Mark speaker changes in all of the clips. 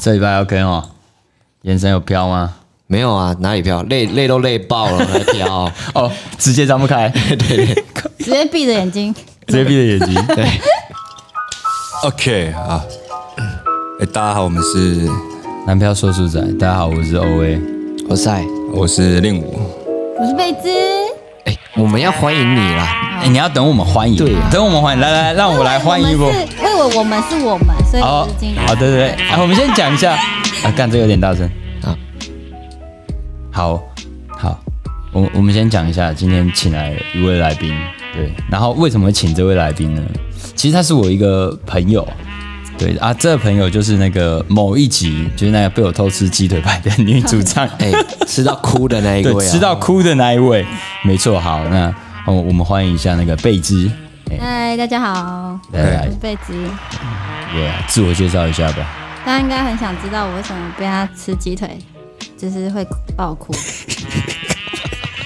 Speaker 1: 这礼拜要跟哦，眼神有飘吗？
Speaker 2: 没有啊，哪里飘？累累都累爆了，还飘？
Speaker 1: 哦，直接张不 开，直
Speaker 3: 直接闭着眼睛。
Speaker 1: 接闭着眼睛。
Speaker 4: OK 啊，哎、大家好，我们是
Speaker 1: 男票说书仔，大家好，我是 O A。
Speaker 2: 我在，
Speaker 4: 我是令武，
Speaker 3: 我是贝兹，
Speaker 2: 哎、我们要欢迎你啦！
Speaker 1: 哎、你要等我们欢迎，对，啊等我们欢迎，来来，来让我来欢迎一波
Speaker 3: 我。们是，因为我我们是我们，所以我
Speaker 1: 好
Speaker 3: 们是金鱼。，
Speaker 1: 好，哦对对对，啊，我们先讲一下，啊，干这有点大声
Speaker 2: 啊。
Speaker 1: 好，好，我我们先讲一下今天请来一位来宾，对，然后为什么会请这位来宾呢？其实他是我一个朋友，对啊，这个朋友就是那个某一集，就是那个被我偷吃鸡腿排的女主唱，
Speaker 2: 哎、吃到哭的那一
Speaker 1: 对，
Speaker 2: 位啊，
Speaker 1: 吃到哭的那一位，没错，好，那哦，我们欢迎一下那个贝兹，哎
Speaker 3: 嗨，大家好，
Speaker 1: 来来
Speaker 3: 我是贝兹。
Speaker 1: 来，也自我介绍一下吧。
Speaker 3: 大家应该很想知道我为什么被他吃鸡腿，就是会爆 哭。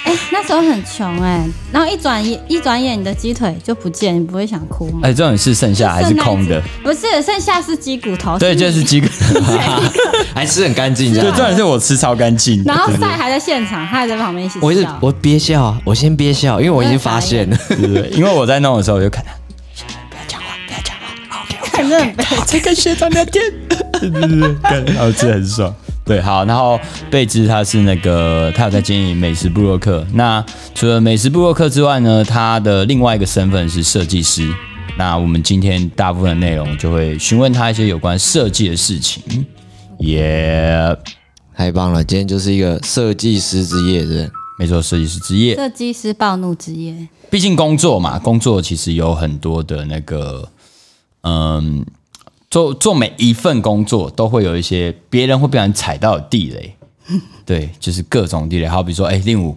Speaker 3: 哎、那时候很穷哎、然后一转眼一转眼你的鸡腿就不见，你不会想哭吗？
Speaker 1: 哎，重点是剩下还是
Speaker 3: 剩那一
Speaker 1: 空的
Speaker 3: 只？，不是剩下是鸡骨头。
Speaker 1: 对，就是鸡骨。
Speaker 2: 还吃很干净，这
Speaker 1: 对，
Speaker 2: 样
Speaker 1: 重点是我吃超干净。
Speaker 3: 然后赛还在现场，他还在旁边一起笑。
Speaker 2: 我一直我憋笑啊，我先憋笑，因为我已经发现了。
Speaker 1: 对对对，因为我在弄的时候我就看他，
Speaker 3: 看着很悲
Speaker 1: 在跟学长聊天， 对对对，干然后吃得很爽。对，好，然后贝兹他是那个，他有在经营美食部落客。那除了美食部落客之外呢，他的另外一个身份是设计师。那我们今天大部分的内容就会询问他一些有关设计的事情。也、
Speaker 2: 太棒了，今天就是一个设计师之夜，是不是？
Speaker 1: 没错，设计师职业，
Speaker 3: 设计师暴怒之夜，
Speaker 1: 毕竟工作嘛，工作其实有很多的那个，嗯，做做每一份工作都会有一些别人会不小心踩到的地 雷，对，就是各种地雷。好比说，哎、令武，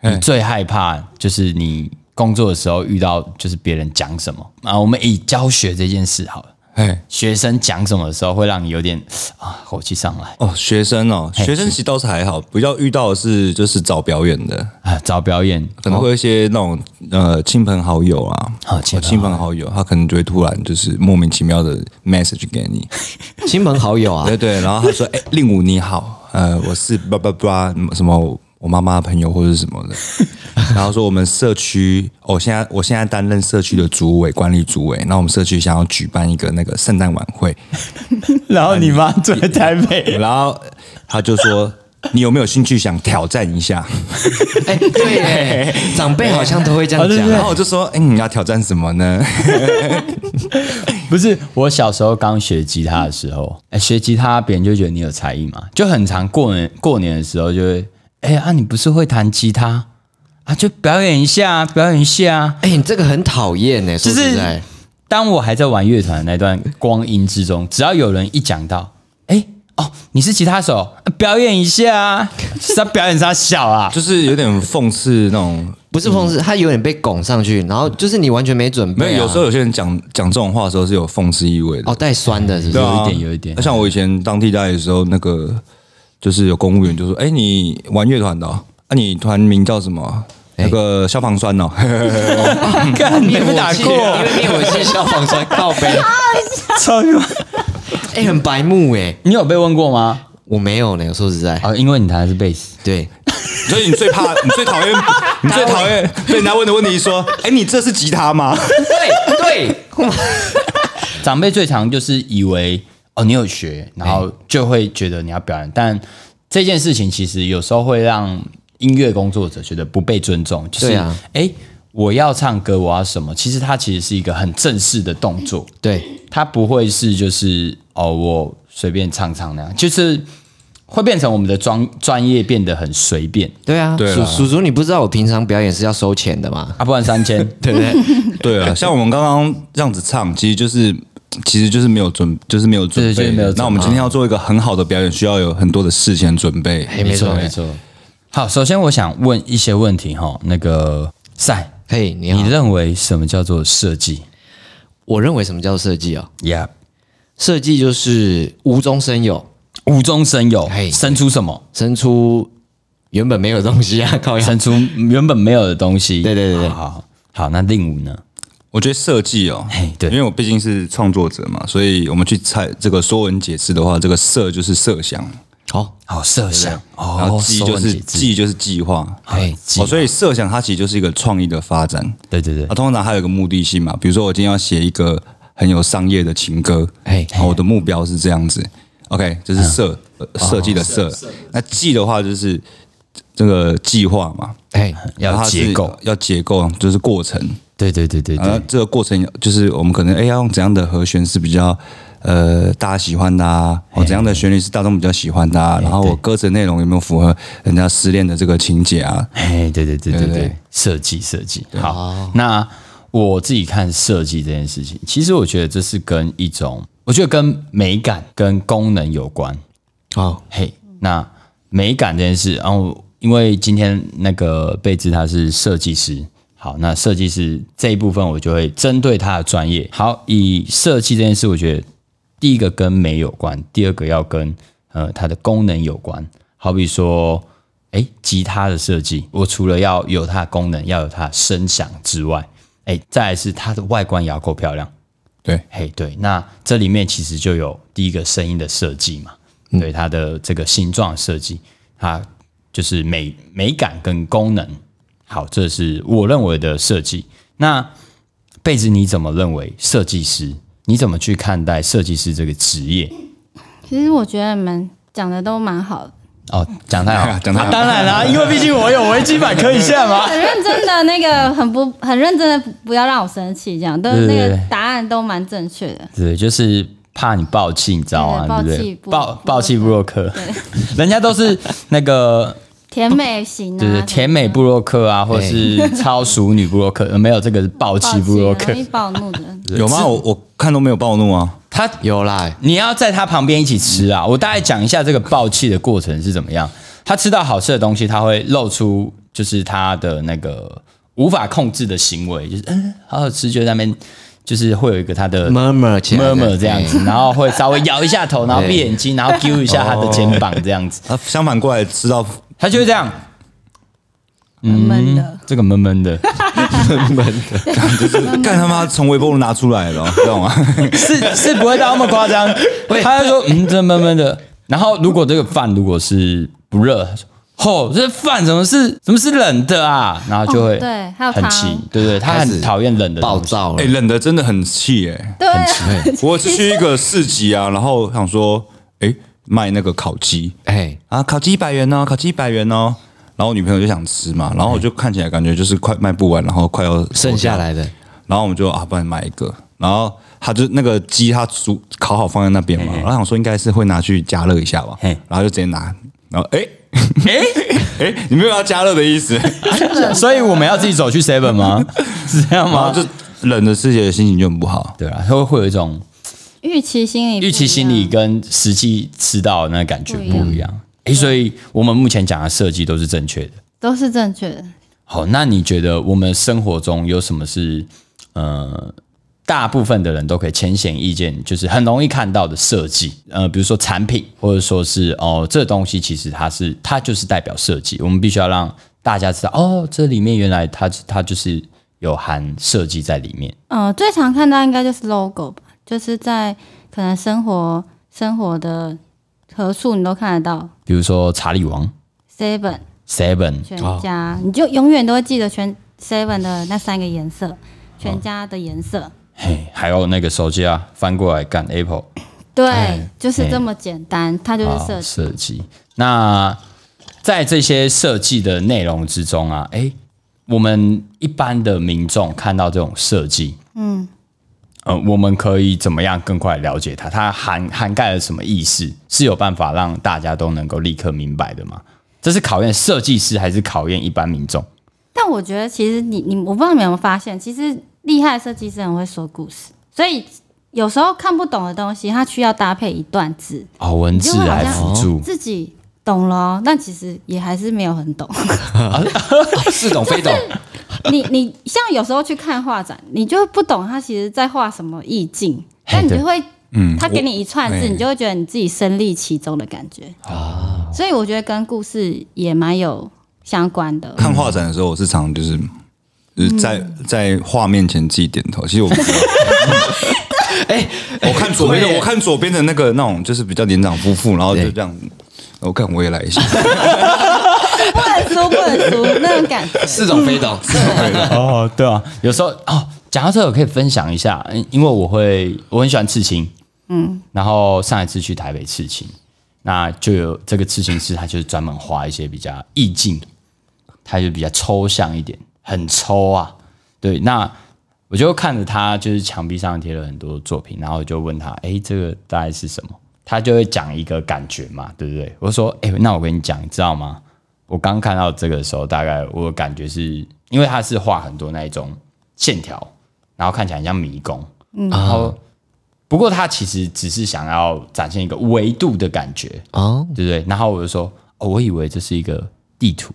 Speaker 1: 你最害怕就是你工作的时候遇到就是别人讲什么啊？我们以教学这件事好了，
Speaker 4: 哎，
Speaker 1: 学生讲什么的时候会让你有点啊火气上来
Speaker 4: 哦，学生哦，学生其实倒是还好，比较遇到的是就是找表演的，
Speaker 1: 啊，找表演
Speaker 4: 可能会有一些那种呃亲朋好友啊，
Speaker 1: 啊亲朋好友
Speaker 4: 亲朋好友，他可能就会突然就是莫名其妙的 message 给你，
Speaker 2: 亲朋好友啊
Speaker 4: 对，对，然后他说，哎，令武你好，呃，我是叭叭叭什么。我妈妈的朋友或者是什么的， 然后说我们社区，我、现在我现在担任社区的主委、管理主委，那我们社区想要举办一个那个圣诞晚 会，
Speaker 1: 然后你妈住在台北，
Speaker 4: 然后他就说：“你有没有兴趣想挑战一下
Speaker 2: 哎、对耶，长辈好像都会这样
Speaker 1: 哦对
Speaker 2: 讲。
Speaker 1: 对？”
Speaker 4: 然后我就说：“哎，你要挑战什么呢
Speaker 1: 不是我小时候刚学吉他的时候，哎、学吉他别人就觉得你有才艺嘛，就很常过年过年的时候就会，哎、啊你不是会弹吉他啊，就表演一下啊，表演一下啊。
Speaker 2: 哎、你这个很讨厌呢，说
Speaker 1: 就是
Speaker 2: 实在，
Speaker 1: 当我还在玩乐团的那段光阴之中，只要有人一讲到，哎、哦你是吉他手，啊表演一下啊，是要表演啥小啊？”
Speaker 4: 就是有点讽刺那种。
Speaker 2: 不是讽刺，他有点被拱上去，然后就是你完全没准备、啊。
Speaker 4: 没有，有时候有些人讲讲这种话的时候是有讽刺意味的
Speaker 2: 哦，。带酸的，是不
Speaker 4: 对
Speaker 2: 是？
Speaker 4: 啊
Speaker 1: 有一点有一点
Speaker 4: 像我以前当替代的时候，那个就是有公务员就说：“哎，你玩乐团的哦、啊，你团名叫什么？”啊
Speaker 1: 哎
Speaker 4: 那个消防栓哦，
Speaker 1: 干你们打
Speaker 2: 我气
Speaker 1: 过，
Speaker 4: 啊
Speaker 2: 因为灭火器消防栓靠背，
Speaker 1: 操你妈！
Speaker 2: 哎、很白目哎、
Speaker 1: 你有被问过吗？
Speaker 2: 我没有呢，说实在，
Speaker 1: 啊、因为你弹的是贝斯。
Speaker 2: 对，
Speaker 4: 所以你最怕、你最讨厌、你最讨厌被人家问的问题是说：“哎，你这是吉他吗
Speaker 2: 对对，
Speaker 1: 长辈最常就是以为哦你有学，然后就会觉得你要表演，但这件事情其实有时候会让音乐工作者觉得不被尊重，就是
Speaker 2: 对
Speaker 1: 哎、
Speaker 2: 啊
Speaker 1: 诶我要唱歌，我要什么？其实它其实是一个很正式的动作，
Speaker 2: 对，
Speaker 1: 它不会是就是哦我随便唱唱那样，就是会变成我们的专专业变得很随便
Speaker 2: 对啊，
Speaker 4: 对
Speaker 2: 叔
Speaker 4: 啦
Speaker 2: 叔叔，你不知道我平常表演是要收钱的吗？
Speaker 1: 啊，不然三千
Speaker 2: 对不对？？”
Speaker 4: 对啊，像我们刚刚这样子唱，其实就是其实就是没有准，就是没有准备的。
Speaker 1: 对就是没有准备
Speaker 4: 那我们今天要做一个很好的表演，需要有很多的事前准备。
Speaker 2: 哎没错
Speaker 1: 没错。好，首先我想问一些问题哈，那个赛，
Speaker 2: 嘿，你好
Speaker 1: 你，认为什么叫做设计
Speaker 2: 我认为什么叫设计哦？
Speaker 1: ？Yeah，
Speaker 2: 设计就是无中生有，
Speaker 1: 无中生有
Speaker 2: 哎，
Speaker 1: 生出什么？
Speaker 2: 生出原本没 有的东西啊，靠呀，
Speaker 1: 生出原本没有的东西。
Speaker 2: 对对对对
Speaker 1: 好好好，那令武呢？
Speaker 4: 我觉得设计哦
Speaker 1: 嘿，对
Speaker 4: 因为我毕竟是创作者嘛，所以我们去猜这个说文解字的话，这个设就是设想，
Speaker 2: 好，
Speaker 1: 好哦设想，
Speaker 4: 然后
Speaker 1: 哦，
Speaker 4: 计
Speaker 1: 收
Speaker 4: 就
Speaker 1: 文
Speaker 4: 是
Speaker 1: 解字，
Speaker 4: 计就是计划，
Speaker 1: 哎计划
Speaker 4: 哦，所以设想它其实就是一个创意的发展。
Speaker 1: 对对
Speaker 4: 啊，
Speaker 1: 对，
Speaker 4: 通常它有一个目的性嘛，比如说我今天要写一个很有商业的情歌，
Speaker 2: 哎
Speaker 4: 哎，我的目标是这样子。OK，这
Speaker 1: 嗯
Speaker 4: 是设呃
Speaker 1: 哦
Speaker 4: 设计的设，那计的话就是这个计划嘛，
Speaker 2: 哎，
Speaker 1: 要
Speaker 4: 它是
Speaker 1: 结构，
Speaker 4: 要结构就是过程。
Speaker 1: 对对对对对，
Speaker 4: 啊，这个过程就是我们可能哎要用怎样的和弦是比较呃大家喜欢的啊，哦怎样的旋律是大众比较喜欢的啊，然后我歌词内容有没有符合人家失恋的这个情节啊？
Speaker 1: 哎，对对对对对
Speaker 4: 对
Speaker 1: 哦
Speaker 4: 对，
Speaker 1: 设计设计。好，那我自己看设计这件事情，其实我觉得这是跟一种，我觉得跟美感跟功能有关。
Speaker 2: 好，
Speaker 1: 嘿，那美感这件事，然、后因为今天那个贝兹他是设计师，好，那设计师这一部分我就会针对他的专业。好，以设计这件事，我觉得第一个跟美有关，第二个要跟呃它的功能有关。好比说，哎，吉他的设计，我除了要有它的功能，要有它的声响之外，哎，再来是它的外观也要够漂亮。
Speaker 4: 对，
Speaker 1: 嘿，对，那这里面其实就有第一个声音的设计嘛，对它的这个形状设计，它就是美美感跟功能。好，这是我认为的设计。那贝子你怎么认为设计师？你怎么去看待设计师这个职业？
Speaker 3: 其实我觉得你们讲的都蛮好的，
Speaker 1: 哦，讲太好，
Speaker 4: 讲太好
Speaker 1: 啊当然啦、因为毕竟我有维基百科一下嘛。
Speaker 3: 很认真的那个，很不很认真的，不要让我生气，这样都
Speaker 1: 对对对
Speaker 3: 那个答案都蛮正确的。
Speaker 1: 对，就是怕你爆气，你知道吗？对
Speaker 3: 对爆气
Speaker 1: 不对？
Speaker 3: 部
Speaker 1: 爆爆气布洛克，人家都是那 个
Speaker 3: 甜美型啊，
Speaker 1: 对对，甜美布洛克啊，或者是超熟女布洛克，呃没有这个是暴
Speaker 3: 暴
Speaker 1: 气啊布 洛克
Speaker 3: 容易，暴怒的，
Speaker 4: 有吗？我我看都没有暴怒啊，
Speaker 1: 他
Speaker 2: 有啦，
Speaker 1: 你要在他旁边一起吃啊。我大概讲一下这个暴气的过程是怎么样。他吃到好吃的东西，他会露出就是他的那个无法控制的行为，就是嗯，好好吃，就在那边就是会有一个他的
Speaker 2: Murmur 起来哎
Speaker 1: murmur 这样子，然后会稍微摇一下头，然后闭眼睛，然后揪一下他的肩膀这样子，
Speaker 4: 啊，相反过来吃到
Speaker 1: 他就会这样，嗯
Speaker 3: 闷的。
Speaker 1: 这个闷闷的。
Speaker 4: 干他妈从微波炉拿出来了，知道吗？
Speaker 1: 是是不会到那么夸张。他就说嗯，这闷闷的。然后如果这个饭如果是不热，他说哦，这饭怎么是怎么是冷的啊？然后就会、
Speaker 3: 哦对还有
Speaker 1: 很
Speaker 3: 汤
Speaker 1: 气，对对，他
Speaker 2: 开始
Speaker 1: 很讨厌冷的
Speaker 2: 暴
Speaker 1: 东西。
Speaker 2: 躁
Speaker 4: 哎，
Speaker 2: 了，
Speaker 4: 冷的真的很 气哎。
Speaker 3: 对啊，
Speaker 4: 我有去一个市集啊，然后想说，哎，卖那个烤鸡，
Speaker 2: 哎，
Speaker 4: 啊，烤鸡一百元哦，烤鸡一百元哦。然后我女朋友就想吃嘛，然后我就看起来感觉就是快卖不完，然后快要
Speaker 2: 剩下，来的，
Speaker 4: 然后我们就啊，不然买一个。然后他就那个鸡，他煮烤好放在那边嘛，然后想说应该是会拿去加热一下吧，
Speaker 1: 嘿
Speaker 4: 然后就直接拿，然后哎哎哎，你没有要加热的意
Speaker 2: 哦
Speaker 4: 思，
Speaker 1: 所以我们要自己走去 seven 吗？是这样
Speaker 4: 然后
Speaker 1: 吗？
Speaker 4: 就冷的世界的心情就很不好。
Speaker 1: 对啊，他会会有一种
Speaker 3: 预期心理不一样，
Speaker 1: 预期心理跟实际吃到的那个感觉
Speaker 3: 不一样
Speaker 1: 不一样。诶，所以我们目前讲的设计都是正确的。
Speaker 3: 都是正确的。
Speaker 1: 好，那你觉得我们生活中有什么是呃，大部分的人都可以浅显易见，就是很容易看到的设计？呃，比如说产品，或者说是哦，这东西其实它是它就是代表设计，我们必须要让大家知道哦，这里面原来它它就是有含设计在里面。
Speaker 3: 嗯，最常看到应该就是 logo 吧，就是在可能生活生活的何处你都看得到
Speaker 1: 比如说查理王
Speaker 3: seven
Speaker 1: Seven，
Speaker 3: 全家，
Speaker 1: 哦
Speaker 3: 你就永远都会记得全 seven 的那三个颜色，全家的颜色。
Speaker 1: 嘿，还有那个手机啊，翻过来干 Apple。哎
Speaker 3: 对，就是这么简单，它就是设计。
Speaker 1: 设计。那在这些设计的内容之中啊，诶，我们一般的民众看到这种设计，嗯，呃，我们可以怎么样更快了解它？它涵涵盖了什么意思？是有办法让大家都能够立刻明白的吗？这是考验设计师还是考验一般民众？
Speaker 3: 但我觉得其实你你，我不知道你们有没有发现，其实厉害的设计师很会说故事，所以有时候看不懂的东西，它需要搭配一段字，
Speaker 1: 哦，文
Speaker 3: 你就
Speaker 1: 字
Speaker 3: 会好
Speaker 1: 来
Speaker 3: 像
Speaker 1: 辅助，
Speaker 3: 自己懂了哦、但其实也还是没有很懂。
Speaker 2: 似懂非懂，
Speaker 3: 你你像有时候去看画展，你就不懂他其实在画什么意境，
Speaker 1: 嘿
Speaker 3: 但
Speaker 1: 哎
Speaker 3: 你
Speaker 1: 对哎
Speaker 3: 就会，
Speaker 4: 嗯
Speaker 3: 他给你一串字，
Speaker 4: 我
Speaker 3: 你就会觉得你自己身历其中的感觉
Speaker 1: 哦
Speaker 3: 啊。所以我觉得跟故事也蛮有相关的。
Speaker 4: 看画展的时候，我是常就是就是在在画面前自己点头。其实我不知道，
Speaker 2: 哎，
Speaker 4: 我看左边
Speaker 2: 对
Speaker 4: 的，
Speaker 2: 耶
Speaker 4: 我看左边的那个那种就是比较年长夫妇，然后就
Speaker 2: 对
Speaker 4: 这样，我看我也来 一下，
Speaker 3: 不能输，不能输那种感觉。
Speaker 2: 似懂非懂。
Speaker 1: 哦，对啊，有时候哦，讲到这个我可以分享一下，嗯因为我会我很喜欢刺青，嗯，然后上一次去台北刺青，那就有这个刺青师，他就是专门画一些比较意境，他就比较抽象一点，很抽啊，对，那。我就看着他，就是墙壁上贴了很多作品，然后我就问他：“哎，这个大概是什么？”他就会讲一个感觉嘛，对不对？我说：“哎，那我跟你讲，你知道吗？我刚看到这个的时候，大概我的感觉是，因为它是画很多那一种线条，然后看起来很像迷宫，然后不过他其实只是想要展现一个维度的感觉，
Speaker 2: 哦，
Speaker 1: 对不对？然后我就说，哦，我以为这是一个地图，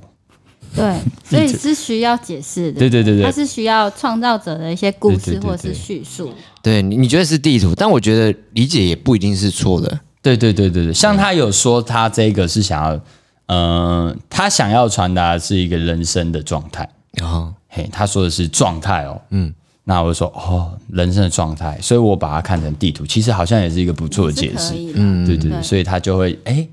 Speaker 3: 对，所以是需要解释的。
Speaker 1: 对对对对
Speaker 3: 它是需要创造者的一些故
Speaker 1: 对对
Speaker 3: 事
Speaker 1: 对对
Speaker 3: 或是叙述。
Speaker 2: 对，你你觉得是地图，但我觉得理解也不一定是错的。
Speaker 1: 对对对对对，
Speaker 2: 嗯
Speaker 1: 像他有说他这个是想要，嗯、他想要传达的是一个人生的状态，
Speaker 2: 然后
Speaker 1: 嘿，他说的是状态哦，嗯，那我就说哦，人生的状态，所以我把它看成地图，其实好像也是一个不错的
Speaker 3: 是
Speaker 1: 解
Speaker 3: 可
Speaker 1: 释，嗯
Speaker 3: 以的，
Speaker 2: 嗯
Speaker 1: 对对对，
Speaker 3: 对
Speaker 1: 所以他就会哎，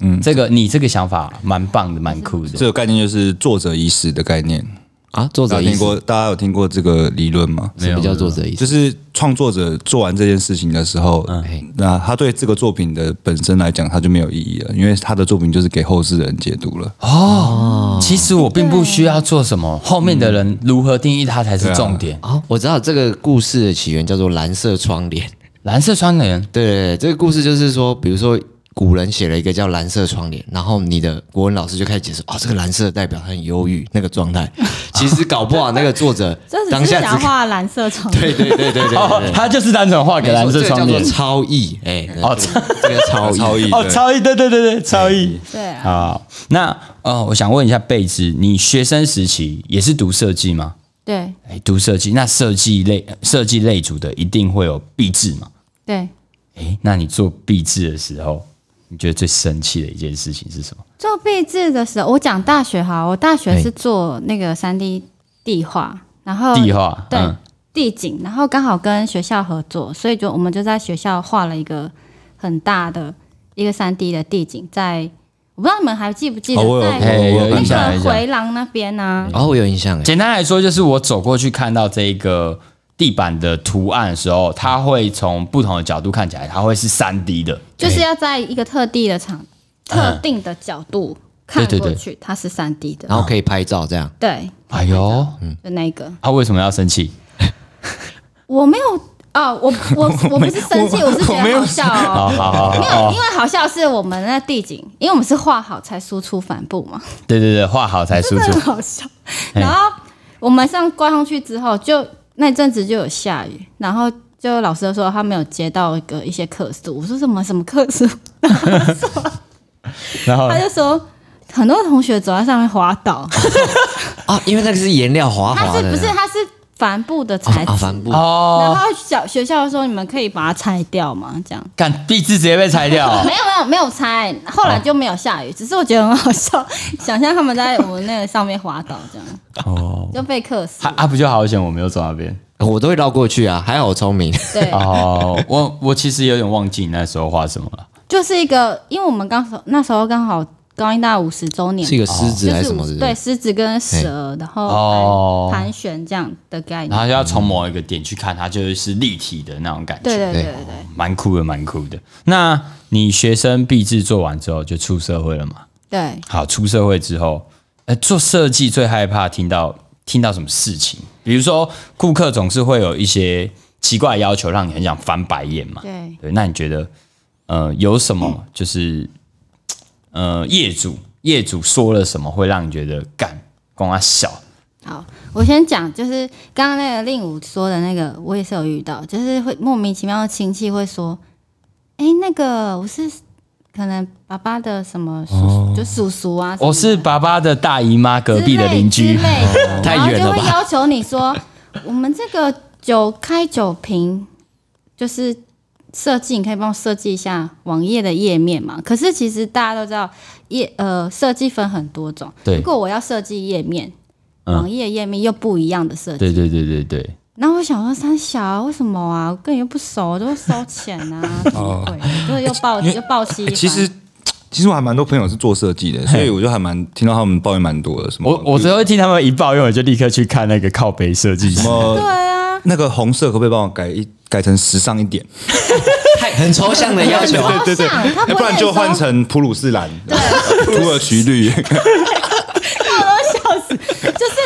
Speaker 1: 嗯，这个你这个想法蛮棒的，蛮酷
Speaker 4: 这
Speaker 1: 的，
Speaker 4: 个概念就是作者已死的概念。
Speaker 2: 啊，作
Speaker 4: 大
Speaker 2: 者
Speaker 4: 家
Speaker 2: 意
Speaker 4: 听
Speaker 2: 思
Speaker 4: 过，大家有听过这个理论吗？
Speaker 2: 什么叫作者意思？
Speaker 4: 就是创作者做完这件事情的时候，
Speaker 2: 嗯
Speaker 4: 那他对这个作品的本身来讲，他就没有意义了，因为他的作品就是给后世人解读了。
Speaker 2: 哦
Speaker 1: 其实我并不需要做什
Speaker 2: 嗯
Speaker 1: 么，后面的人如何定义它才是重点。
Speaker 2: 哦，我知道这个故事的起源叫做蓝色窗 帘。
Speaker 1: 蓝色窗帘，
Speaker 2: 对对对，这个故事就是说，比如说古人写了一个叫蓝色窗帘，然后你的国文老师就开始解释，哦，这个蓝色代表他很忧郁那个状 态。其实搞不好那个作者
Speaker 3: 这只
Speaker 2: 当
Speaker 3: 是
Speaker 2: 下
Speaker 3: 想
Speaker 2: 只看
Speaker 3: 画蓝色窗帘。
Speaker 2: 对对对对对 对
Speaker 1: 哦，他就是单纯画给
Speaker 2: 对，
Speaker 1: 蓝色窗帘
Speaker 2: 这个叫做。超意，哎，
Speaker 1: 哦
Speaker 2: 哦，这个超意，
Speaker 4: 超意
Speaker 1: 哦，
Speaker 4: 对
Speaker 1: 超意，对对对对，超意。
Speaker 3: 对啊，
Speaker 1: 好，那哦，我想问一下贝兹，你学生时期也是读设计吗？
Speaker 3: 对
Speaker 1: 哎，读设计，那设计类设计类组的一定会有毕制嘛？
Speaker 3: 对，
Speaker 1: 哎，那你做毕制的时候，你觉得最生气的一件事情是什么？
Speaker 3: 做壁纸的时候，我讲大学哈，我大学是做那个三 D 地画，然后
Speaker 1: 地画，
Speaker 3: 哦对、
Speaker 1: 嗯，
Speaker 3: 地景，然后刚好跟学校合作，所以就我们就在学校画了一个很大的一个三 D 的地景，在我不知道你们还记不记得，
Speaker 4: 哦我有
Speaker 1: 哎
Speaker 3: 在
Speaker 4: 我
Speaker 1: 有
Speaker 4: 有
Speaker 1: 印象
Speaker 3: 那
Speaker 1: 有
Speaker 3: 个
Speaker 1: 印象
Speaker 3: 回廊那边啊呢、
Speaker 2: 哦，我有印象，哎，
Speaker 1: 简单来说，就是我走过去看到这一个地板的图案的时候，它会从不同的角度看起来，它会是三 D 的。
Speaker 3: 就是要在一个特地的场、特定的角度看
Speaker 1: 对对
Speaker 3: 过
Speaker 1: 对
Speaker 3: 去，它是三 D 的，
Speaker 2: 然后可以拍照这样。
Speaker 3: 对，
Speaker 1: 哎呦，
Speaker 3: 就那个。
Speaker 1: 他为什么要生气？
Speaker 3: 我没有哦，我我 我不是生气，我是觉得好笑哦。
Speaker 1: 好好
Speaker 3: 没有，因为好笑是我们那地景，因为我们是画好才输出反布嘛，
Speaker 1: 对对对，画好才输
Speaker 3: 真的
Speaker 1: 出。
Speaker 3: 好 笑。
Speaker 1: 哎
Speaker 3: 然后我们上挂上去之后，就那阵子就有下雨，然后就老师就说他没有接到一个一些客诉，我说什么什么客诉，
Speaker 1: 哦然后
Speaker 3: 他就说很多同学走在上面滑 倒，
Speaker 2: 啊，因为那个是颜料滑
Speaker 3: 他
Speaker 2: 滑
Speaker 3: 哦是
Speaker 2: 的，
Speaker 3: 不是他是帆布的材
Speaker 2: 啊，
Speaker 3: 质，
Speaker 2: 帆布
Speaker 1: 哦，
Speaker 3: 然后小学校就说你们可以把它拆掉嘛，这样。哦
Speaker 1: 干壁纸直接被拆掉。啊
Speaker 3: 没有没有没有拆，后来就没有下雨，只是我觉得很好笑，想象他们在我那个上面滑倒这样，
Speaker 1: 哦，
Speaker 3: 就被克死
Speaker 1: 他。 啊不就好险，我没有走那边。
Speaker 2: 我都会绕过去啊，还好我聪 明。
Speaker 3: 对，
Speaker 1: 哦，我我其实有点忘记你那时候画什么了。
Speaker 3: 就是一个，因为我们刚时候那时候刚好高音大五十周年，
Speaker 2: 是一个狮子还是什么之
Speaker 3: 就是
Speaker 2: 类的？
Speaker 3: 对狮子跟蛇，然后
Speaker 1: 哦
Speaker 3: 盘盘旋这样的概
Speaker 1: 然
Speaker 3: 念。
Speaker 1: 后就要从某一个点去看，它就是立体的那种感觉。
Speaker 3: 对对对
Speaker 2: 对
Speaker 3: 对对，
Speaker 1: 蛮酷的，蛮酷的。那你学生毕制做完之后就出社会了嘛？
Speaker 3: 对
Speaker 1: 好，出社会之后，呃，做设计最害怕听到听到什么事情？比如说，顾客总是会有一些奇怪的要求，让你很想翻白眼
Speaker 2: 哦
Speaker 1: 嘛。
Speaker 3: 对
Speaker 1: 对，那你觉得，呃，有什么就是，呃，业主业主说了什么会让你觉得干光他小？
Speaker 3: 啊好，我先讲，就是刚刚那个令武说的那个，我也是有遇到，就是会莫名其妙的亲戚会说，哎、那个我是可能爸爸的什么叔叔，
Speaker 2: 哦
Speaker 3: 就叔叔啊什么的，
Speaker 1: 我哦是爸爸的大姨妈隔
Speaker 3: 之
Speaker 1: 壁的
Speaker 3: 类
Speaker 1: 邻居
Speaker 3: 之，类的，
Speaker 1: 太
Speaker 3: 然后
Speaker 1: 远
Speaker 3: 就
Speaker 1: 了
Speaker 3: 会
Speaker 1: 吧？
Speaker 3: 要求你说，我们这个酒开酒瓶，就是设计，你可以帮我设计一下网页的页面嘛？可是其实大家都知道，页呃设计分很多种，
Speaker 1: 对嗯
Speaker 3: 如果我要设计页面，网页页面又不一样的设计。
Speaker 1: 对对对对对，
Speaker 3: 然后我想说三小啊为什么啊？我跟你又不熟，我都收钱 啊，什么鬼的？就是又报又报喜
Speaker 4: 欸、
Speaker 3: 欢。
Speaker 4: 哦其实其实我还蛮多朋友是做设计的，所以我就还蛮听到他们抱怨蛮多的。什么
Speaker 2: 哦
Speaker 1: 我我只会听他们一抱怨，我就立刻去看那个靠背设计师
Speaker 4: 什。
Speaker 3: 对
Speaker 4: 么
Speaker 3: 啊，
Speaker 4: 呃那个红色可不可以帮我改一改成时尚 一点？
Speaker 2: 太很抽象的要求。
Speaker 3: 对对他不
Speaker 4: 哎要不然就换
Speaker 3: 成
Speaker 4: 成普鲁士蓝、 土耳其 绿。
Speaker 3: 笑死，就是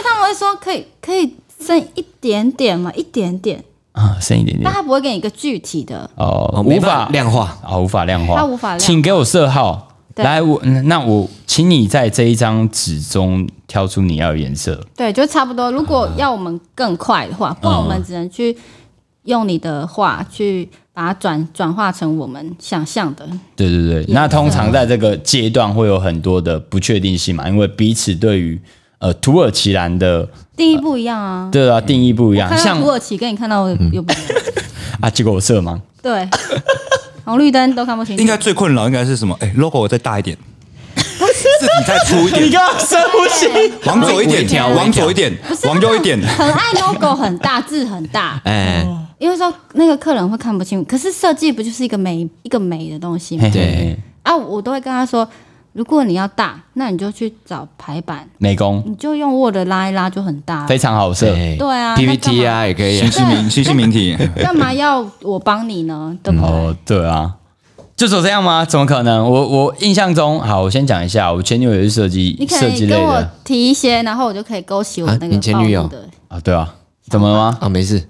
Speaker 3: 他们会说可以可以剩一点点嘛，一点点，
Speaker 1: 啊，深一点点
Speaker 3: 但他不会给你一个具体的。
Speaker 1: 哦，
Speaker 2: 没
Speaker 1: 无
Speaker 2: 办
Speaker 1: 法
Speaker 2: 法量化
Speaker 1: 啊，无法量化，
Speaker 3: 它无法量化
Speaker 1: 请给我色号。
Speaker 3: 对
Speaker 1: 来，我嗯那我请你在这一张纸中挑出你要的颜色。
Speaker 3: 对，就差不多。如果要我们更快的话，不然我们只能去用你的话去把它转转化成我们想象的。
Speaker 1: 对对对，那通常在这个阶段会有很多的不确定性嘛，因为彼此对于呃土耳其蓝的
Speaker 3: 定义不一样啊，
Speaker 1: 对啊定义不一样，
Speaker 3: 看到
Speaker 1: 像
Speaker 3: 土耳其跟你看到的又不一样。
Speaker 1: 啊结果我色盲，
Speaker 3: 对，红绿灯都看不清楚。
Speaker 4: 应该最困扰应 该是什么？哎、l o g o 再大 一点，字体再粗
Speaker 1: 你
Speaker 4: 一点，
Speaker 1: 刚刚深呼吸，
Speaker 4: 往左一
Speaker 2: 微调微调啊
Speaker 4: 点，往左一点，往右一点。
Speaker 3: 很爱 logo 很大字很大，
Speaker 2: 哎，
Speaker 3: 因为说那个客人会看不清。可是设计不就是一个美一个美的东西吗？
Speaker 1: 嘿嘿
Speaker 2: 对
Speaker 1: 嘿
Speaker 3: 啊，我都会跟他说，如果你要大，那你就去找排版，
Speaker 1: 美工
Speaker 3: 你就用 Word 拉一拉就很大了。
Speaker 1: 非常好色，
Speaker 2: 对
Speaker 3: 对啊
Speaker 2: ，PPT
Speaker 3: 那干
Speaker 2: 啊也可以啊
Speaker 4: 新。兴名新兴 名体，
Speaker 3: 干嘛要我帮你呢？对不
Speaker 2: 嗯
Speaker 3: 对？
Speaker 1: 哦，对啊，就走这样吗？怎么可能？我我印象中，好，我先讲一下，我前女友也是设计
Speaker 3: 你可
Speaker 1: 设计
Speaker 3: 以
Speaker 1: 类
Speaker 3: 跟我
Speaker 1: 的
Speaker 3: 提一些，然后我就可以勾起我
Speaker 2: 啊
Speaker 3: 那
Speaker 2: 你
Speaker 3: 个
Speaker 2: 前
Speaker 3: 暴
Speaker 2: 女友
Speaker 3: 怒的。
Speaker 1: 啊，对啊，怎么了吗？
Speaker 2: 啊，没 事，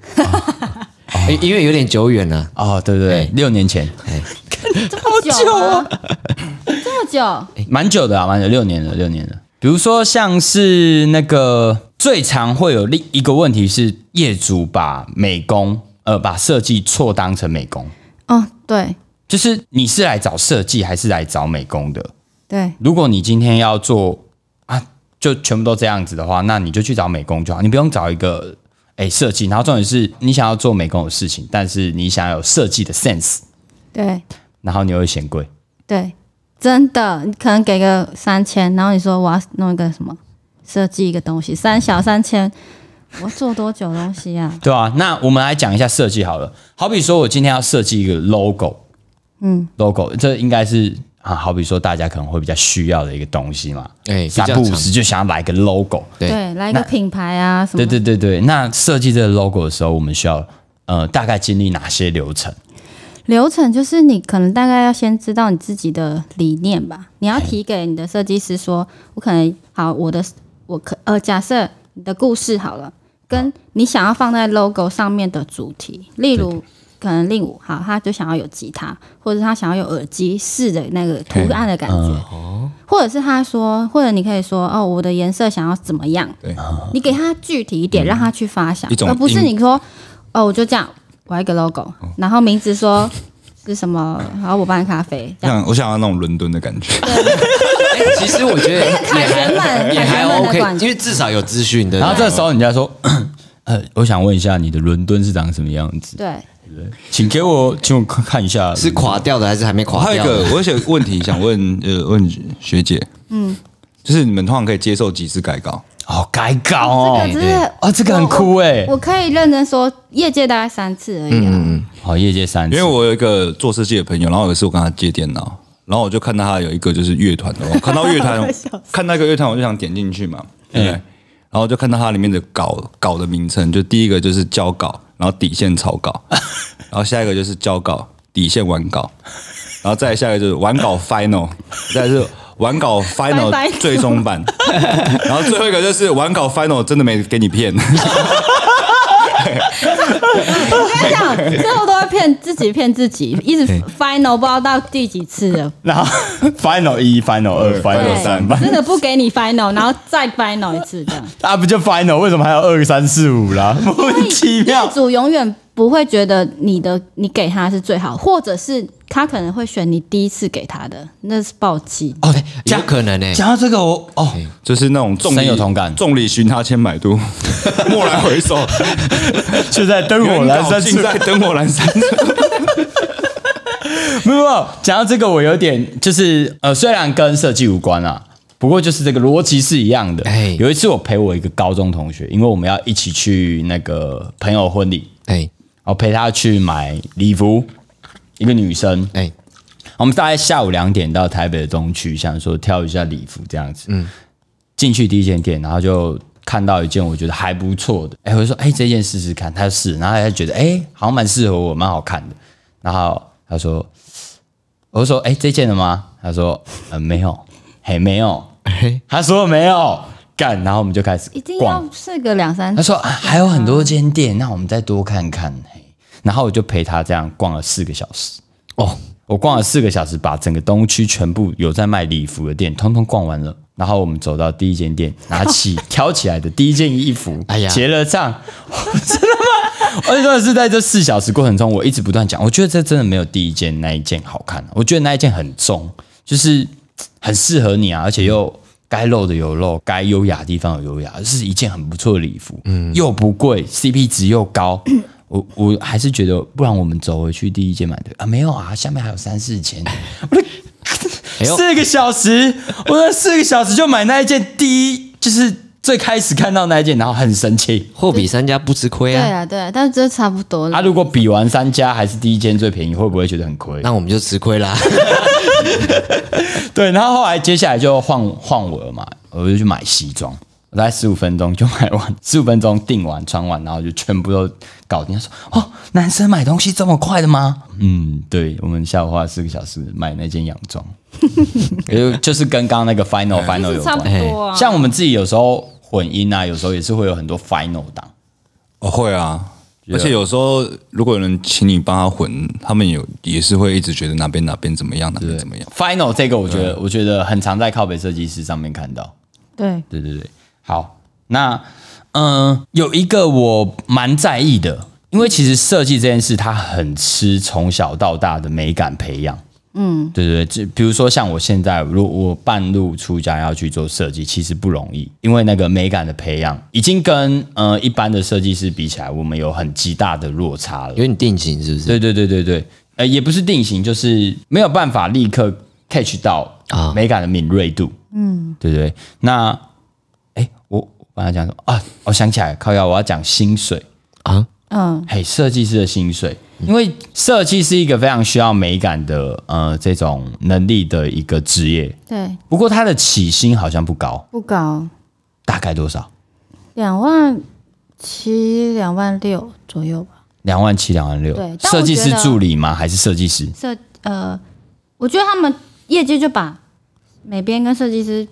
Speaker 2: 因因为有点久远了。
Speaker 3: 啊
Speaker 1: 哦，对对对
Speaker 2: 哎，
Speaker 1: 六年前，
Speaker 3: 这么久啊，这么久，
Speaker 1: 蛮久的啊，蛮久，六年了，六年了。比如说像是那个最常会有另一个问题是，业主把美工呃把设计错当成美工，
Speaker 3: 哦，对
Speaker 1: 就是你是来找设计还是来找美工的？
Speaker 3: 对，
Speaker 1: 如果你今天要做啊，就全部都这样子的话，那你就去找美工就好，你不用找一个哎设计。然后重点是你想要做美工的事情，但是你想要有设计的 sense，
Speaker 3: 对
Speaker 1: 然后你又会嫌贵。
Speaker 3: 对，真的，你可能给个三千，然后你说我要弄一个什么，设计一个东西，三小三千，我做多久东西啊？
Speaker 1: 对啊，那我们来讲一下设计好了。好比说，我今天要设计一个 logo，嗯，logo 这应该是啊，好比说大家可能会比较需要的一个东西嘛。
Speaker 2: 哎，
Speaker 1: 三
Speaker 2: 比较
Speaker 1: 不五
Speaker 2: 长
Speaker 1: 时就想要来一个 logo，
Speaker 2: 对
Speaker 3: 对，来一个品牌啊什么
Speaker 1: 对，对对对。那设计这个 logo 的时候，我们需要呃大概经历哪些流程？
Speaker 3: 流程就是你可能大概要先知道你自己的理念吧，你要提给你的设计师说，我可能好我的我可呃假设你的故事好了，跟你想要放在 logo 上面的主题，例如可能令武好，他就想要有吉他，或者他想要有耳机式的那个图案的感觉，或者是他说，或者你可以说哦我的颜色想要怎么样，
Speaker 4: 对，
Speaker 3: 你给他具体一
Speaker 1: 嗯
Speaker 3: 点，让他去发想
Speaker 4: 一，种
Speaker 3: 而不是
Speaker 4: 因
Speaker 3: 你说哦，我就这样，我要一个 logo，然
Speaker 1: 哦
Speaker 3: 后名字说是什么，然后我帮你咖啡，这样
Speaker 4: 像我想要那种伦敦的感觉。
Speaker 2: 哎其实我觉 得也
Speaker 3: 凯旋
Speaker 2: 还
Speaker 3: 门
Speaker 2: 也还
Speaker 3: 凯旋门的
Speaker 2: OK，
Speaker 3: 感觉
Speaker 2: 因为至少有资讯的。
Speaker 1: 然后这时候人家说， 呃，我想问一下你的伦敦是长什么样子？
Speaker 3: 对，
Speaker 1: 请给我，请我看看一下。
Speaker 2: 是垮掉的还是还没垮
Speaker 4: 还有
Speaker 2: 掉
Speaker 4: 一
Speaker 2: 的？
Speaker 4: 个，我有些问题想问，呃，问学姐，嗯，就是你们通常可以接受几次改稿？
Speaker 1: 哦，改稿哦
Speaker 3: 这个，只是
Speaker 1: 啊，这个很酷哎
Speaker 3: 我，可以认真说，业界大概三次而已
Speaker 1: 嗯
Speaker 3: 啊，
Speaker 1: 好，业界三次，
Speaker 4: 因为我有一个做设计的朋友，然后有一次我跟他借电脑，然后我就看到他有一个就是乐团的，我看到 乐团
Speaker 3: 我笑死，
Speaker 4: 看到一个乐团我就想点进去嘛，对不对
Speaker 1: 嗯
Speaker 4: 然后就看到它里面的稿稿的名称，就第一个就是交稿，然后底线草 稿，然后下一个就是交稿，底线完稿，然后再下一个就是完稿 final，再来是完稿 final
Speaker 3: 拜拜
Speaker 4: 最 终版，然后最后一个就是完稿 final 真的没给你骗，
Speaker 3: 我跟 你讲，最后都会骗自己骗自己，一直 final 不知道到第几次了，
Speaker 1: 然后 final 一、final 二、final 三
Speaker 3: 对，，真的不给你 final，然后再 final 一次这样，
Speaker 1: 那不就 final？为什么还有二三四五啦？ 莫名其
Speaker 3: 业
Speaker 1: 妙。
Speaker 3: 主永远不会觉得你的你给他是最好，或者是他可能会选你第一次给他的，那是暴击。
Speaker 1: 哦
Speaker 2: 有可能哎呢。
Speaker 1: 讲到这个，我哦，
Speaker 4: 就是那种重
Speaker 1: 深
Speaker 4: 力
Speaker 1: 有同感
Speaker 4: 重力寻他千百度， 蓦然回首。
Speaker 1: 就在 灯火阑珊处
Speaker 4: 尽。在灯火阑珊处。
Speaker 1: 没有，没有讲到这个，我有点就是呃，虽然跟设计无关啊，不过就是这个逻辑是一样的。
Speaker 2: 哎
Speaker 1: 有一次我陪我一个高中同学，因为我们要一起去那个朋友婚礼，
Speaker 2: 哎
Speaker 1: 我陪她去买礼服，一个女生，
Speaker 2: 哎
Speaker 1: 我们大概下午两点到台北的东区，想说挑一下礼服这样子。嗯，进去第一间店，然后就看到一件我觉得还不错的，哎，我就说，哎，这件试试看。他就试，然后他就觉得，哎，好像蛮适合我，蛮好看的。然后他说，我就说，哎，这件了吗？他说，呃，没有，嘿，没有。
Speaker 2: 哎，
Speaker 1: 他说没有，干。然后我们就开始
Speaker 3: 一定
Speaker 1: 逛
Speaker 3: 要，试个两三
Speaker 1: 他，说、啊、还有很多间店，那我们再多看看。嘿然后我就陪他这样逛了四个小时。哦，我逛了四个小时，把整个东区全部有在卖礼服的店通通逛完了。然后我们走到第一间店，拿 起挑起来的第一件衣服，
Speaker 2: 哎呀
Speaker 1: 结了账，我真的是在这四小时过程中，我一直不断讲，我觉得这真的没有第一件那一件好看、啊我觉得那一件很重，就是嘖很适合你啊，而且又该露的有露，该优雅的地方有优雅，是一件很不错的礼服，嗯，又不贵，CP 值又高。我我还是觉得，不然我们走回去第一件买对啊，没有啊，下面还有三四 千，我
Speaker 2: 哎
Speaker 1: 的
Speaker 2: 呦
Speaker 1: 四个小时，我的四个小时就买那一件，第一就是最开始看到那一件，然后很生气。
Speaker 2: 货比三家不吃亏
Speaker 3: 对
Speaker 2: 啊，
Speaker 3: 啊对啊，但是这差不多
Speaker 1: 啊，
Speaker 3: 了。
Speaker 1: 如果比完三家还是第一间最便宜，会不会觉得很亏？
Speaker 2: 那我们就吃亏 啦。
Speaker 1: 对，然后后来接下来就换换我了嘛，我就去买西装，我大概十五分钟就买完， 十五分钟订完穿完，然后就全部都搞定。他说：“哦，男生买东西这么快的吗？”嗯，对，我们下午花了四个小时买那件洋 装，就就是跟刚刚那个 final final
Speaker 3: 是
Speaker 1: 有
Speaker 3: 差不
Speaker 1: 关。
Speaker 3: 多啊，
Speaker 1: 像我们自己有时候混音啊，有时候也是会有很多 final 档。
Speaker 4: 哦，会啊。而且有时候，如果有人请你帮他混，他们有也是会一直觉得哪边哪边怎么样，哪边怎么样。
Speaker 1: final 这个，我觉得我觉得很常在靠北设计师上面看到。
Speaker 3: 对，
Speaker 1: 对对对，好，那嗯、呃有一个我蛮在意的，因为其实设计这件事，它很吃从小到大的美感培养。嗯，对对对，就比如说像我现在，如果我半路出家要去做设计，其实不容易，因为那个美感的培养已经跟呃一般的设计师比起来，我们有很极大的落差了
Speaker 2: 有。点定型是不是？
Speaker 1: 对对对对对，呃，也不是定型，就是没有办法立刻 catch 到
Speaker 2: 啊
Speaker 1: 美感的敏锐度。嗯，对对。那，哎，我我刚才讲什么啊？我想起来，靠腰，我要讲薪水。
Speaker 2: 啊，
Speaker 3: 嗯，
Speaker 1: 嘿，设计师的薪水，因为设计是一个非常需要美感的呃这种能力的一个职业，
Speaker 3: 对，
Speaker 1: 不过它的起薪好像不高，
Speaker 3: 不高，
Speaker 1: 大概多少？
Speaker 3: 两万七、两万六左右吧。
Speaker 1: 两万七、两万六
Speaker 3: 对。但我
Speaker 1: 设计师
Speaker 3: 觉得
Speaker 1: 助理吗？还是设计师？
Speaker 3: 设呃，我觉得他们业界就把美编跟设计师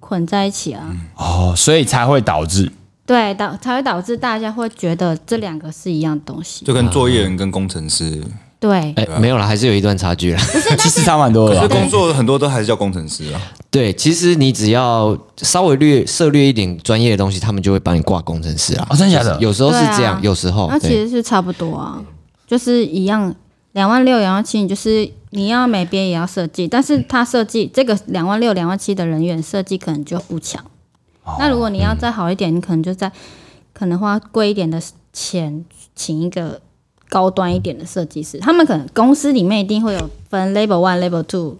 Speaker 3: 捆在一起啊，
Speaker 1: 哦，所以才会导致
Speaker 3: 对，导才会导致大家会觉得这两个是一样东西。
Speaker 4: 就跟作业人跟工程师，
Speaker 3: 对，
Speaker 2: 哎，没有了，还是有一段差距啦。
Speaker 1: 其实差蛮多的啊
Speaker 4: 可
Speaker 1: 吧。
Speaker 4: 是工作很多都还是叫工程师啊。
Speaker 2: 对，其实你只要稍微略涉略一点专业的东西，他们就会帮你挂工程师啊。
Speaker 1: 哦真的假的
Speaker 2: 有时候是这样，
Speaker 3: 对啊
Speaker 2: 有时候
Speaker 3: 那其
Speaker 2: 哦对
Speaker 3: 实是差不多啊，就是一样，两万六、两万七，你就是你要美编也要设计，但是他设计这个两万六、两万七的人员设计可能就不强。那如果你要再好一点，你可能就在可能花贵一点的钱请一个高端一点的设计师，他们可能公司里面一定会有分 level one、level two，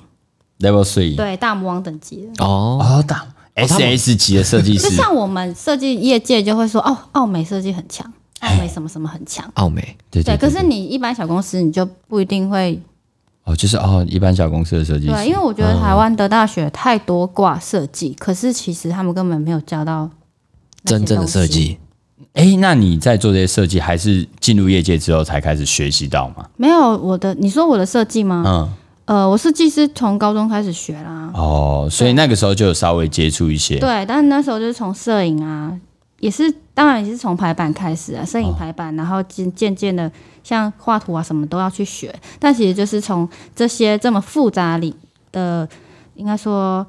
Speaker 1: Level Three。
Speaker 3: 对大魔王等级的。
Speaker 2: 哦，
Speaker 1: 哦，大 S
Speaker 2: 他们
Speaker 1: S 级的设计
Speaker 3: 就
Speaker 1: 师，
Speaker 3: 像我们设计业界就会说，哦，奥美设计很强，奥美什么什么很强。
Speaker 2: 奥美
Speaker 1: 对
Speaker 3: 对，可是你一般小公司你就不一定会
Speaker 1: 哦，就是哦，一般小公司的设计
Speaker 3: 对，啊因
Speaker 1: 师
Speaker 3: 为我觉
Speaker 2: 啊
Speaker 3: 得台湾的大学太多挂设计，可是其实他们根本没有教到那些
Speaker 2: 真正的设
Speaker 3: 东西，
Speaker 2: 计，
Speaker 1: 哎，那你在做这些设计，还是进入业界之后才开始学习到吗？
Speaker 3: 没有我的，你说我的设计吗？
Speaker 1: 嗯，
Speaker 3: 呃，我设计是从高中开始学啦，
Speaker 1: 哦，所以那个时候就有稍微接触一些，
Speaker 3: 对，但是那时候就是从摄影啊，也是当然也是从排版开始啊，摄
Speaker 1: 哦
Speaker 3: 影排版，然后渐渐渐的像画图啊什么都要去学，但其实就是从这些这么复杂里的，应该说。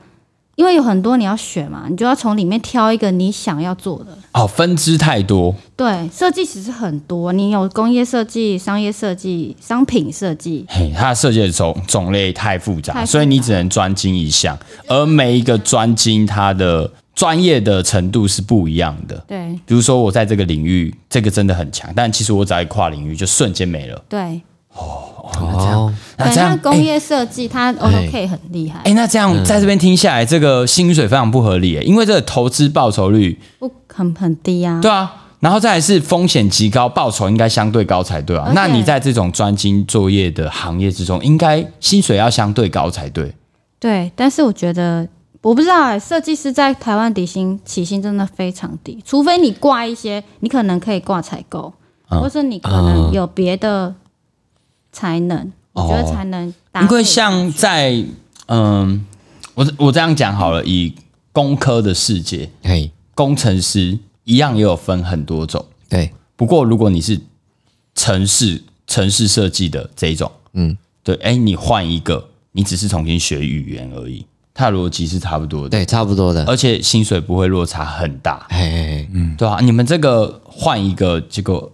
Speaker 3: 因为有很多你要学嘛，你就要从里面挑一个你想要做的，
Speaker 1: 哦，分支太多，
Speaker 3: 对，设计其实很多，你有工业设计、商业设计、商品设计，
Speaker 1: 嘿，它的设计的种种类太复杂，
Speaker 3: 太复杂
Speaker 1: 所以你只能专精一项，而每一个专精它的专业的程度是不一样的。
Speaker 3: 对
Speaker 1: 比如说我在这个领域，这个真的很强，但其实我只要一跨领域就瞬间没了。
Speaker 3: 对，
Speaker 2: 哦，
Speaker 1: 那
Speaker 3: 对，
Speaker 1: 这样
Speaker 3: 那工
Speaker 1: 哎
Speaker 3: 业设计它 OK 很厉害
Speaker 1: 哎、，那这样在这边听下来，这个薪水非常不合理耶，因为这个投资报酬率，
Speaker 3: 不很很低啊。
Speaker 1: 对啊，然后再来是风险极高，报酬应该相对高才对啊
Speaker 3: 而。且
Speaker 1: 那你在这种专精作业的行业之中，应该薪水要相对高才对。
Speaker 3: 对，但是我觉得我不知道哎、设计师在台湾底薪起薪真的非常低，除非你挂一些，你可能可以挂采购，
Speaker 1: 啊
Speaker 3: 或者你可能有别的才能，我觉得
Speaker 1: 哦
Speaker 3: 才能搭配。
Speaker 1: 因为像在嗯，我我这样讲好了，以工科的世界，
Speaker 2: 嘿，
Speaker 1: 工程师一样也有分很多种。
Speaker 2: 对，
Speaker 1: 不过如果你是城市城市设计的这一种，嗯，对，哎，你换一个，你只是重新学语言而已，它的逻辑是差不多的，
Speaker 2: 对，差不多的，
Speaker 1: 而且薪水不会落差很大，
Speaker 2: 嘿嘿，嗯，
Speaker 1: 对啊，你们这个换一个，结果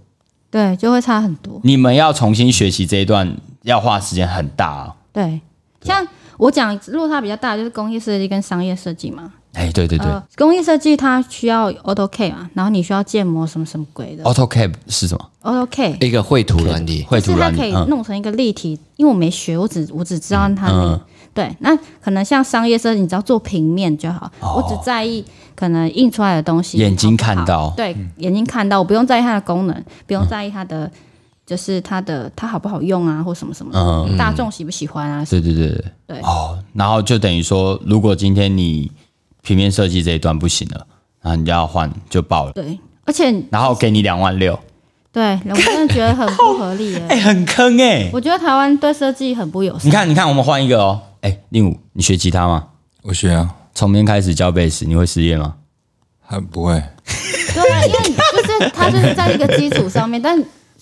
Speaker 3: 对，就会差很多。
Speaker 1: 你们要重新学习这一段，要花时间很大、啊。
Speaker 3: 对，像我讲落差比较大，就是工业设计跟商业设计嘛。
Speaker 1: 哎，对对对、
Speaker 3: 呃，工业设计它需要 AutoCAD 嘛，然后你需要建模什么什么鬼的
Speaker 1: a u t o c a d 是什么？
Speaker 3: AutoCAD。
Speaker 2: 一个绘图软体，
Speaker 1: 绘
Speaker 3: 就
Speaker 1: 图
Speaker 3: 是它
Speaker 1: 软
Speaker 3: 可以
Speaker 1: 体，嗯，
Speaker 3: 弄成一个立体，因为我没学，我只我只知道它那个、
Speaker 1: 嗯
Speaker 3: 对。那可能像商业设计，你只要做平面就好，我只在意可能印出来的东西
Speaker 1: 哦眼睛
Speaker 3: 好不好
Speaker 1: 看到嗯
Speaker 3: 对，眼睛看到，我不用在意它的功能，不用在意它的、就是它的它好不好用啊，或什么什么的，大众喜不喜欢啊，
Speaker 1: 嗯对对对对
Speaker 3: 对
Speaker 1: 哦，然后就等于说，如果今天你平面设计这一段不行了，然后你就要换，就爆了。
Speaker 3: 对。而且
Speaker 1: 然后给你两万六，
Speaker 3: 对，我真的觉得很不合理耶、
Speaker 1: 哎、很坑哎、
Speaker 3: 我觉得台湾对设计很不友
Speaker 1: 你
Speaker 3: 善。
Speaker 1: 看，你看，我们换一个哦。哎、令武，你学吉他吗？
Speaker 4: 我学啊，
Speaker 1: 从明天开始教贝斯，你会失业吗？
Speaker 4: 还不会。
Speaker 3: 对啊，因为就是它就是在一个基础上面，但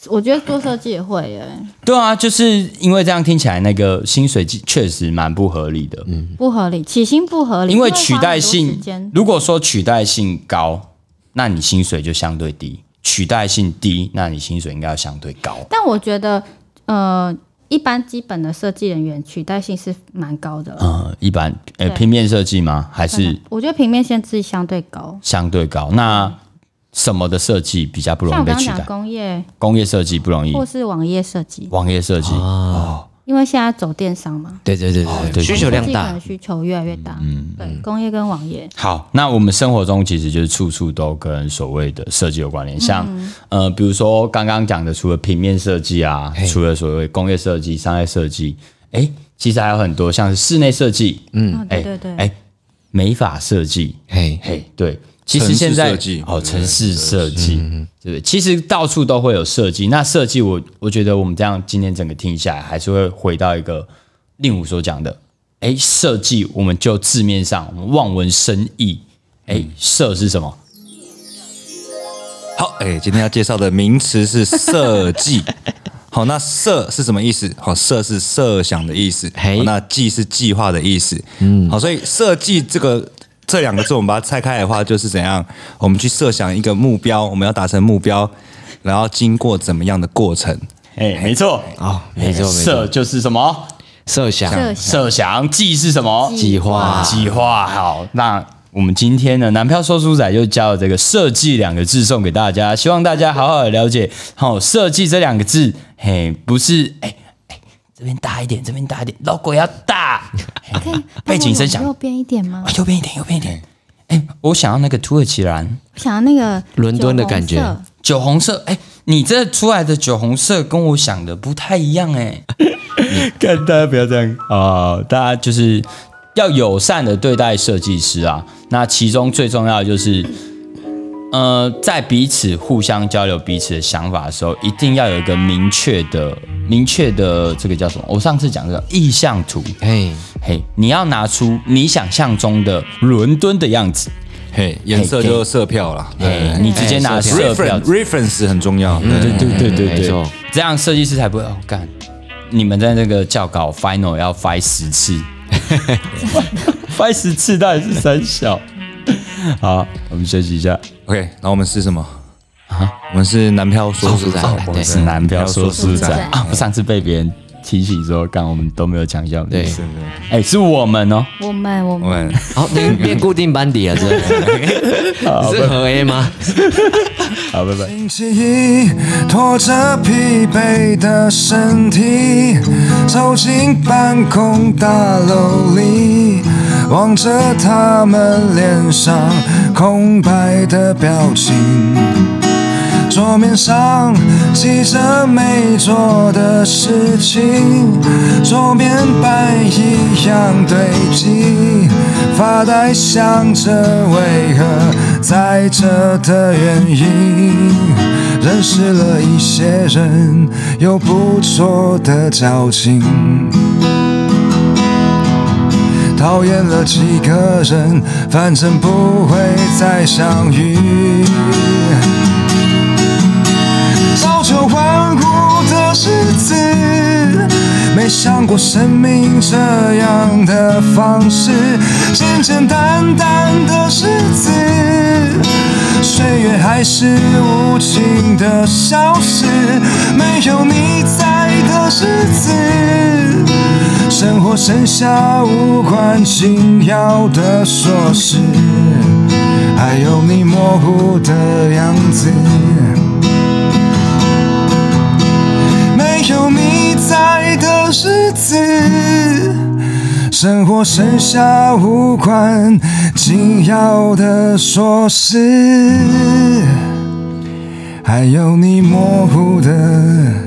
Speaker 3: 我觉得做设计也会耶、
Speaker 1: 对啊，就是因为这样听起来，那个薪水确实蛮不合理的。嗯，
Speaker 3: 不合理，起薪不合理，
Speaker 1: 因为取代
Speaker 3: 因为花很多时
Speaker 1: 性
Speaker 3: 间，
Speaker 1: 如果说取代性高，那你薪水就相对低；取代性低，那你薪水应该要相对高。
Speaker 3: 但我觉得，呃，一般基本的设计人员取代性是蛮高的，
Speaker 1: 嗯，一般呃，
Speaker 3: 对
Speaker 1: 平面设计吗？还
Speaker 3: 可能
Speaker 1: 是
Speaker 3: 我觉得平面限制相对高。
Speaker 1: 相对高？那什么的设计比较不容
Speaker 3: 像
Speaker 1: 易
Speaker 3: 我
Speaker 1: 被
Speaker 3: 刚刚
Speaker 1: 取
Speaker 3: 讲
Speaker 1: 代
Speaker 3: 的？工业
Speaker 1: 工业设计不容易，
Speaker 3: 或是网页设计，
Speaker 1: 网页设计哦，
Speaker 3: 因为现在走电商嘛，
Speaker 2: 对对对
Speaker 1: 哦
Speaker 2: 对
Speaker 1: 对
Speaker 2: 对，需求量
Speaker 3: 设计可
Speaker 2: 大
Speaker 3: 能，需求越来越大。
Speaker 1: 嗯
Speaker 3: 对，工业跟网页，
Speaker 1: 好，那我们生活中其实就是处处都跟所谓的设计有关
Speaker 3: 嗯
Speaker 1: 联，像、呃，比如说刚刚讲的，除了平面设计啊，除了所谓工业设计、商业设计，哎，其实还有很多像是室内设计，嗯，
Speaker 3: 嗯，对对对，
Speaker 1: 哎，美发设计，
Speaker 2: 嘿，
Speaker 1: 嘿，对，其实
Speaker 4: 城市
Speaker 1: 现在
Speaker 4: 设计
Speaker 1: 哦，城市设计，对不对？其实到处都会有设计。那设计我，我觉得我们这样今天整个听下来，还是会回到一个令武所讲的，哎，设计我们就字面上我们望文生义，哎，设是什么？
Speaker 4: 好，哎、今天要介绍的名词是设计。 好，那设是什么意思？好，设是设想的意思，
Speaker 2: 嘿
Speaker 4: 好那计是计划的意思。嗯，好，所以设计这个这两个字，我们把它拆开来的话，就是怎样？我们去设想一个目标，我们要达成目标，然后经过怎么样的过程？
Speaker 1: 哎，没错，
Speaker 2: 哦，没错没
Speaker 1: 设
Speaker 2: 错，
Speaker 1: 就是什么？
Speaker 2: 设想
Speaker 3: 设想
Speaker 1: 设想，计是什么？
Speaker 2: 计划，
Speaker 1: 计划好，那我们今天呢，南漂说书仔就教了这个“设计”两个字送给大家，希望大家好好的了解。好、设计这两个字，嘿，不是哎哎，这边大一点，这边大一点，logo 要大，嘿
Speaker 3: 可以
Speaker 1: 背景声
Speaker 3: 哎帮我往右
Speaker 1: 响，
Speaker 3: 边一点吗
Speaker 1: 啊？右边一点，右边一点。哎，我想要那个土耳其蓝
Speaker 3: 我想要那个
Speaker 2: 伦敦的感觉
Speaker 3: 酒红色
Speaker 1: 酒红色，哎，你这出来的酒红色跟我想的不太一样，哎，看大家不要这样啊、大家就是要友善的对待设计师啊。那其中最重要的就是，呃，在彼此互相交流彼此的想法的时候，一定要有一个明确的、明确的这个叫什么？我上次讲的意向图，
Speaker 2: 嘿，
Speaker 1: 嘿，你要拿出你想象中的伦敦的样子，
Speaker 4: 嘿，颜色
Speaker 1: 嘿
Speaker 4: 就是色票啦。
Speaker 1: 嘿，你直接拿色标
Speaker 4: reference。reference 很重要。对
Speaker 1: 对对对对
Speaker 2: 没错
Speaker 1: 对，这样设计师才不会哦干。你们在那个教稿 final 要 f 十次 f 十次到底是三小？ 好，我们休息一下。
Speaker 4: OK，然后我们是什么？我们是南漂说书
Speaker 2: 说书仔
Speaker 4: 哦我们
Speaker 2: 对
Speaker 1: 嗯是南漂说书
Speaker 3: 书
Speaker 1: 仔
Speaker 3: 仔
Speaker 1: 啊！我上次被别人提起说，刚我们都没有强效
Speaker 2: 对，
Speaker 1: 历史，哎，是我们哦，
Speaker 3: 我们我
Speaker 5: 我
Speaker 3: 们
Speaker 5: 们
Speaker 2: 好，哦你变固定班底了，这你是合 A 吗？
Speaker 1: 好，拜拜。
Speaker 4: 星期一，拖着疲惫的身体，走进办公大楼里，望着他们脸上空白的表情。桌面上记着没做的事情，桌面板一样堆积，发呆想着为何在这的原因，认识了一些人，有不错的交情。讨厌了几个人，反正不会再相遇。朝九晚五的日子，没想过生命这样的方式，简简单单的日子，岁月还是无情的消失，没有你在的日子，生活剩下无关紧要的琐事，还有你模糊的样子。没有你在的日子，生活剩下无关紧要的琐事，还有你模糊的。